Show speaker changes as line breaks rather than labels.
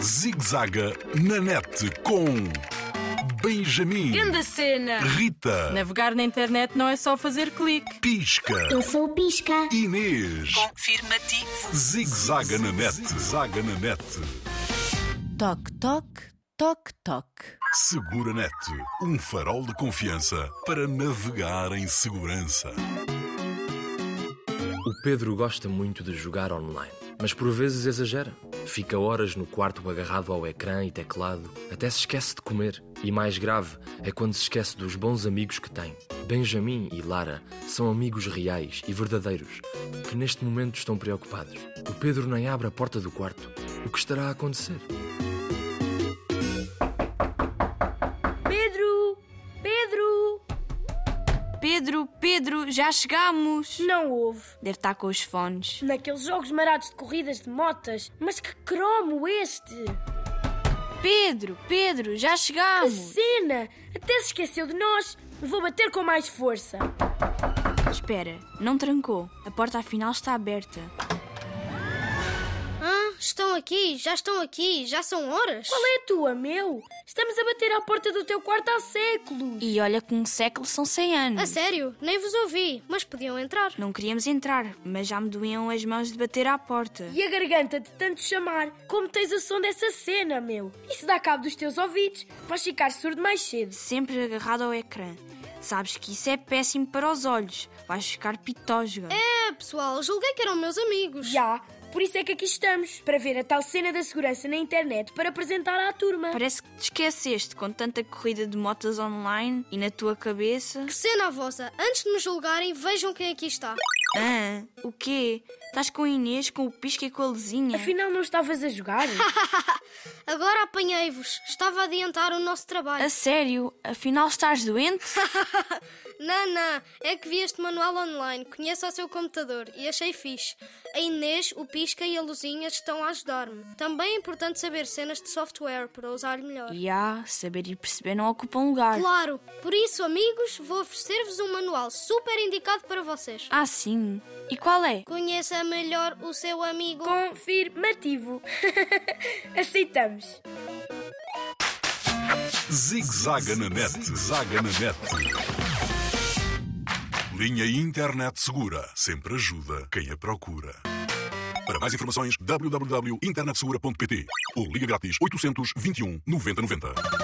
Zigzaga na net com Benjamin,
Grande cena!
Rita,
Navegar na internet não é só fazer clique.
Pisca,
Eu sou o Pisca.
Inês.
Confirmativo.
Zigzaga na net, zaga na net.
Toque, toque, toque, toque.
Segura net, um farol de confiança para navegar em segurança.
O Pedro gosta muito de jogar online, mas por vezes exagera. Fica horas no quarto agarrado ao ecrã e teclado, até se esquece de comer. E mais grave é quando se esquece dos bons amigos que tem. Benjamin e Lara são amigos reais e verdadeiros, que neste momento estão preocupados. O Pedro nem abre a porta do quarto. O que estará a acontecer?
Pedro! Pedro!
Pedro, Pedro, já chegamos.
Não houve.
Deve estar com os fones.
Naqueles jogos marados de corridas de motas. Mas que cromo este!
Pedro, Pedro, já
A
chegamos.
cena! Até se esqueceu de nós. Vou bater com mais força.
Espera, não trancou. A porta afinal está aberta.
Ah, estão aqui, já estão aqui, já são horas.
Qual é a tua, meu? Estamos a bater à porta do teu quarto há séculos.
E olha que um século são 100 anos.
A sério, nem vos ouvi, mas podiam entrar.
Não queríamos entrar, mas já me doíam as mãos de bater à porta.
E a garganta de tanto chamar. Como tens a som dessa cena, meu? E se dá cabo dos teus ouvidos, vais ficar surdo mais cedo.
Sempre agarrado ao ecrã. Sabes que isso é péssimo para os olhos. Vais ficar pitosga.
É, pessoal, julguei que eram meus amigos.
Já, por isso é que aqui estamos. Para ver a tal cena da segurança na internet para apresentar à turma.
Parece que te esqueceste com tanta corrida de motas online e na tua cabeça.
Que cena a vossa, antes de me julgarem, vejam quem aqui está.
Ah, o quê? Estás com a Inês, com o Pisca e com a Lesinha?
Afinal, não estavas a jogar?
Agora apanhei-vos, estava a adiantar o nosso trabalho.
A sério? Afinal estás doente?
Não, não, é que vi este manual online, conheço ao seu computador e achei fixe. A Inês, o Pisca e a Luzinha estão a ajudar-me. Também é importante saber cenas de software para usar melhor.
E há, saber e perceber não ocupa um lugar.
Claro, por isso, amigos, vou oferecer-vos um manual super indicado para vocês.
Ah, sim. E qual é?
Conheça melhor o seu amigo.
Confirmativo. Aceitamos.
Zigzaga na net, zaga na net. Linha Internet Segura, sempre ajuda quem a procura. Para mais um informações, www.internetsegura.pt ou liga grátis 821 9090.